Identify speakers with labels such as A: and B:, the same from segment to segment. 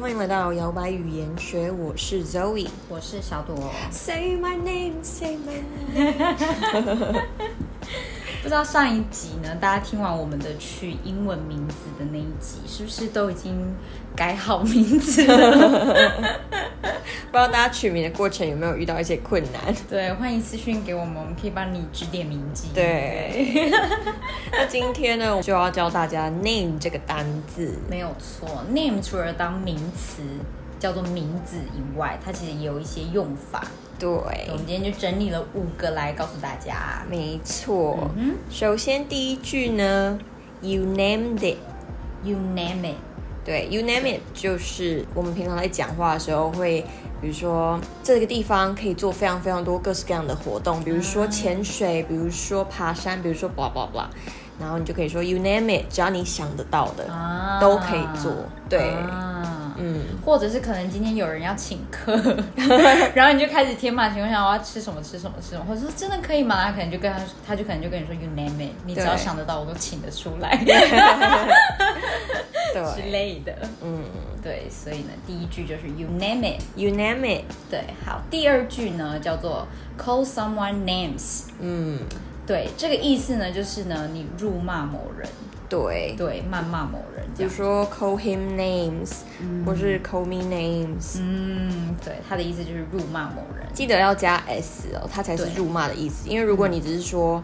A: 欢迎来到摇摆语言学，我是 Zoe。
B: 我是小朵，
A: Say my name, say my name。
B: 不知道上一集呢，大家听完我们的取英文名字的那一集，是不是都已经改好名字 了？
A: 不知道大家取名的过程有没有遇到一些困 难？
B: 对，欢迎私讯给我们，我们可以帮你指点迷津。，
A: 对。那今天呢，我就要教大家 name 这个单字。
B: 没有错，name 除了当名词叫做名字以外，它其实也有一些用法。
A: 对，
B: 我们今天就整理了五个来告诉大家。
A: 没错。
B: 嗯
A: 首先第一句呢，You named it。
B: ，You name it，
A: 对，you name it，就是我们平常在讲话的时候会，比如说这个地方可以做非常非常多各式各样的活动，比如
B: 嗯
A: 说潜水，比如说爬山，比如说 blah blah blah，然后你就可以说 you name it，只要你想得到的、
B: 啊
A: 都可以做。对，
B: 啊
A: 嗯，
B: 或者是可能今天有人要请 客，然后你就开始天马行空，想我要吃什么吃什么吃什么，或者说真的可以吗？他可能就跟他，他就可能就跟你说 you name it，你只
A: 对
B: 要想得到，我都请得出 来之
A: 对，
B: 类的。
A: 嗯
B: 对，所以呢，第一句就是 you name it。
A: ，you name it，
B: 对，好，第二句呢叫做 call someone names。
A: 嗯，
B: 对，这个意思呢就是呢，你辱骂某人，
A: 对，
B: 对，谩骂某人这
A: 比如
B: 样。
A: 说 call him names，、或是 call me names，、
B: 嗯，对，他的意思就是辱骂某人。
A: 记得要加 s 哦，它才是
B: 对嗯
A: 辱骂的意思，因为如果你只是说。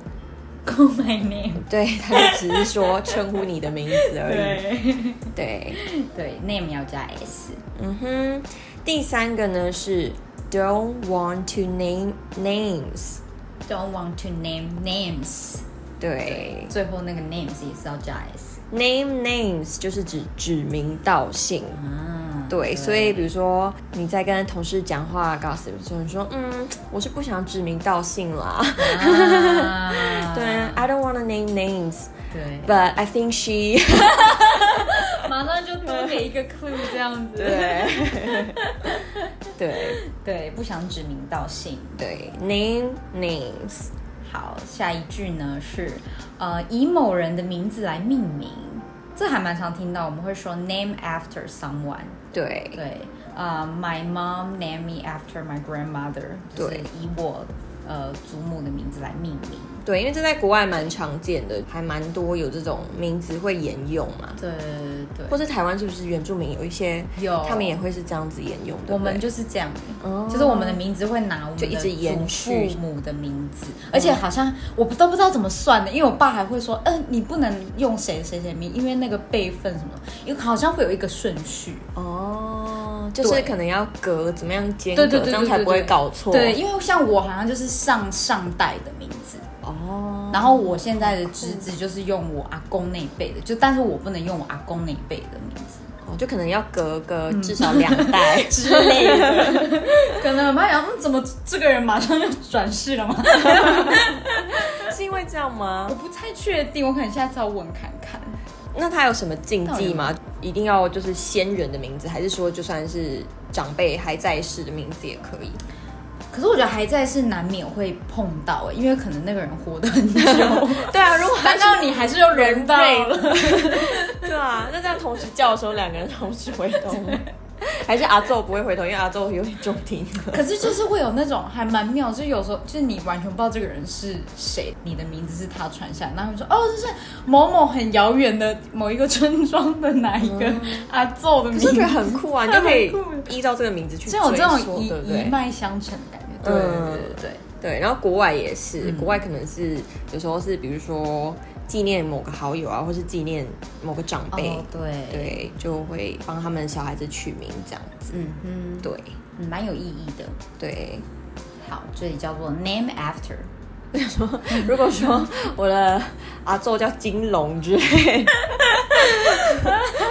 B: Call my name。
A: 对，他就只是说称呼你的名字而已。
B: 对。
A: 对，
B: 对，name 要加 s。
A: 嗯哼。第三个呢是 don't want to name names。
B: Don't want to name names。
A: 对
B: 最后那个 names 也是要加 s。
A: ，name names 就是指指名道姓。
B: 啊，
A: 对，所以比如说你在跟同事讲话，gossip 的时候，你说，嗯，我是不想指名道姓啦。
B: 啊
A: 对，I don't want to name names,
B: 对，
A: but I think she 。
B: 马上就多给一个 clue 这样子。
A: 对，对
B: 对，不想指名道姓。
A: 对，name names。
B: 好，下一句呢是呃以某人的名字来命名，这还蛮常听到，我们会说 name after someone。
A: 对，
B: 对，呃、m y mom named me after my grandmother，就是
A: 对
B: 以我呃祖母的名字来命名。
A: 对，因为这在国外蛮常见的，还蛮多有这种名字会沿用嘛。
B: 对对
A: 或
B: 对，
A: 是台湾是不是原住民有一些，
B: 有
A: 他们也会是这样子沿用的。
B: 我们
A: 对
B: 就是这样，
A: 哦
B: 就是我们的名字会拿我们
A: 就
B: 的
A: 一直延续嗯
B: 祖父母的名字，而且好像我都不知道怎么算的，因为我爸还会说，嗯、你不能用谁谁谁名，因为那个辈分什么，因为好像会有一个顺序。
A: 哦，就是
B: 对
A: 可能要隔怎么样间隔，
B: 对对对对
A: 这样才
B: 对
A: 不会
B: 对
A: 搞错。
B: 对，因为像我好像就是上上代的名字，
A: 哦，
B: 然后我现在的侄子就是用我阿公那一辈的，就但是我不能用我阿公那一辈的名 字。
A: 哦就可能要隔个至少两代
B: 嗯 之类的，可能我妈想，嗯，怎么这个人马上就转世了吗？
A: 是因为这样吗
B: 我？不太确定，我可能下次要问看看。
A: 那他有什么禁
B: 到
A: 忌
B: 底
A: 吗？一定要就是先人的名字，还是说就算是长辈还在世的名字也可以？
B: 可是我觉得还在是难免会碰到、欸，因为可能那个人活得 很久，
A: 对啊，如果
B: 难道你还是又轮到
A: 人
B: 了？
A: 对啊，那这样同时叫的时候，两个人同时回头吗，还是阿宙不会回头，因为阿宙有点重听。
B: 可是就是会有那种还蛮妙，就是有时候就是你完全不知道这个人是谁，你的名字是他传下来，然后你说哦，这是某某很遥远的某一个村庄的哪一个 阿奏的
A: 嗯
B: 名
A: 可是我
B: 字
A: 觉，得很酷 啊，你就可以
B: 很酷
A: 依照这个名字去
B: 这
A: 追
B: 种这
A: 溯，
B: 种
A: 对不
B: 一一
A: 对？
B: 脉相承的感觉，对
A: 嗯
B: 对对对
A: 对，然后国外也是，国外可能是有时候是比如说纪念某个好友啊，或是纪念某个长
B: 对，
A: 辈，
B: 哦对，
A: 嗯对，就会帮他们小孩子取名这样子。
B: 嗯嗯，
A: 对
B: 蛮有意义的。
A: 对，
B: 好，这里叫做 name after。
A: 如果说我的阿宙叫金龙之类 的，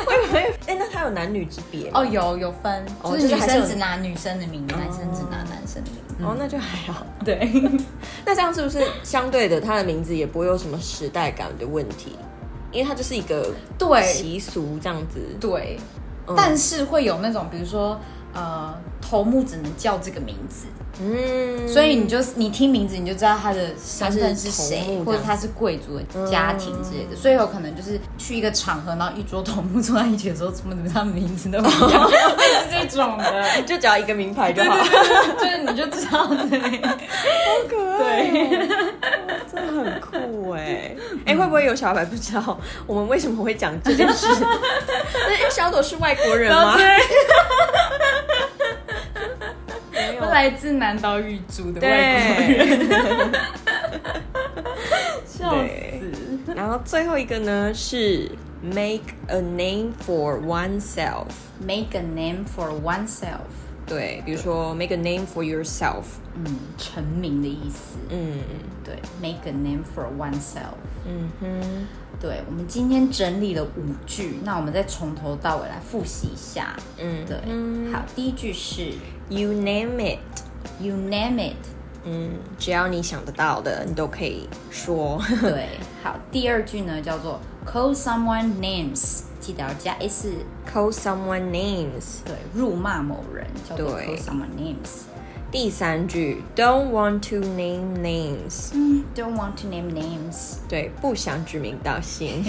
A: 会不会？哎、那他有男女之别吗？
B: 哦，有有分，
A: 哦
B: 就
A: 就
B: 是
A: 是
B: 女
A: 还是有
B: 生只拿女生的名字，男生只拿男生的名字。
A: 哦，那就还好。
B: 对，
A: 那这样是不是相对的，他的名字也不会有什么时代感的问题？因为它就是一个
B: 对
A: 习俗这样子。
B: 对，
A: 嗯
B: 但是会有那种，比如说呃头目只能叫这个名字，
A: 嗯，
B: 所以你就你听名字你就知道他的身份是
A: 他是头
B: 谁
A: 目，
B: 或者他是贵族的家庭之类的，所以有可能就是去一个场合，然后一桌头目坐在一起的时候，怎么怎么他们名字都不一样，是这种的，
A: 就只要一个名牌就好，
B: 就是你就知道对。
A: 好可爱哦、哇 真的很酷哎、哎、会不会有小白不知道我们为什么会讲这件 事？因为小朵是外国人吗？没有
B: 他来自南岛语族的外国人，
A: 对，
B: 笑死！
A: 然后最后一个呢是 make a name for oneself，
B: Make a name for oneself，
A: 对，比如说 make a name for yourself，
B: 嗯，成名的意思。
A: 嗯
B: 对，make a name for oneself。
A: 嗯哼，
B: 对，我们今天整理了五句，那我们再从头到尾来复习一下。
A: 嗯
B: 对，好，第一句是
A: ，you name it，
B: You name it。
A: 嗯，只要你想得到的，你都可以说。
B: 对，好，第二句呢叫做 Call someone names，记得要加 s。
A: Call someone names。
B: 对，辱骂某人叫做
A: 对
B: Call someone names。
A: 第三句，Don't want to name names。
B: 嗯，Don't want to name names。
A: 对，不想指名道 姓。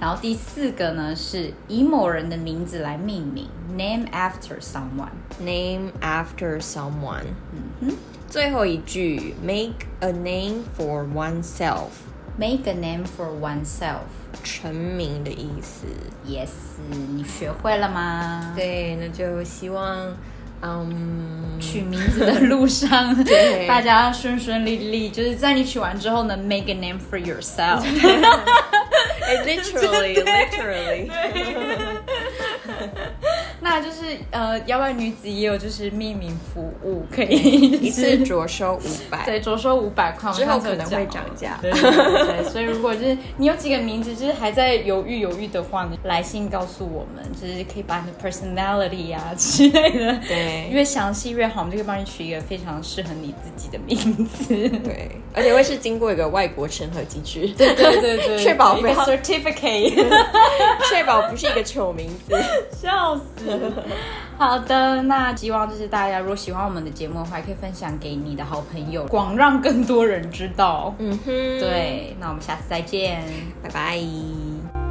B: 然后第四个呢是以某人的名字来命名，name after someone。
A: name after someone。最
B: Mm-hmm.
A: 后一句，make a name for oneself，
B: Make a name for oneself。
A: 成名的意思。
B: Yes，你学会了吗？，
A: 对，那就希望， 嗯，
B: 取名字的路上，
A: 对
B: 大家顺顺利利。就是在你取完之后呢，make a name for yourself。
A: 哎 literally，literally，
B: 那就是呃，摇摆女子也有就是命名服务，可以
A: 一次着收五百。
B: 对，着收五百块，我
A: 之后
B: 上次有
A: 可能会
B: 讲哦
A: 涨价
B: 对对对对，所以如果就是你有几个名字，就是还在犹豫犹豫的话呢，来信告诉我们，就是可以把你的 personality 啊之类的，
A: 对
B: 越详细越好，我们就可以帮你取一个非常适合你自己的名字。
A: 对，而且会是经过一个外国审核机制，
B: 对对对对，
A: 确保不
B: 一个
A: 要
B: certificate，
A: 确保不是一个糗名字。
B: 笑死。好的，那希望就是大家如果喜欢我们的节目的话，也可以分享给你的好朋友，广让更多人知道。
A: 嗯哼，
B: 对，那我们下次再见。
A: 拜拜。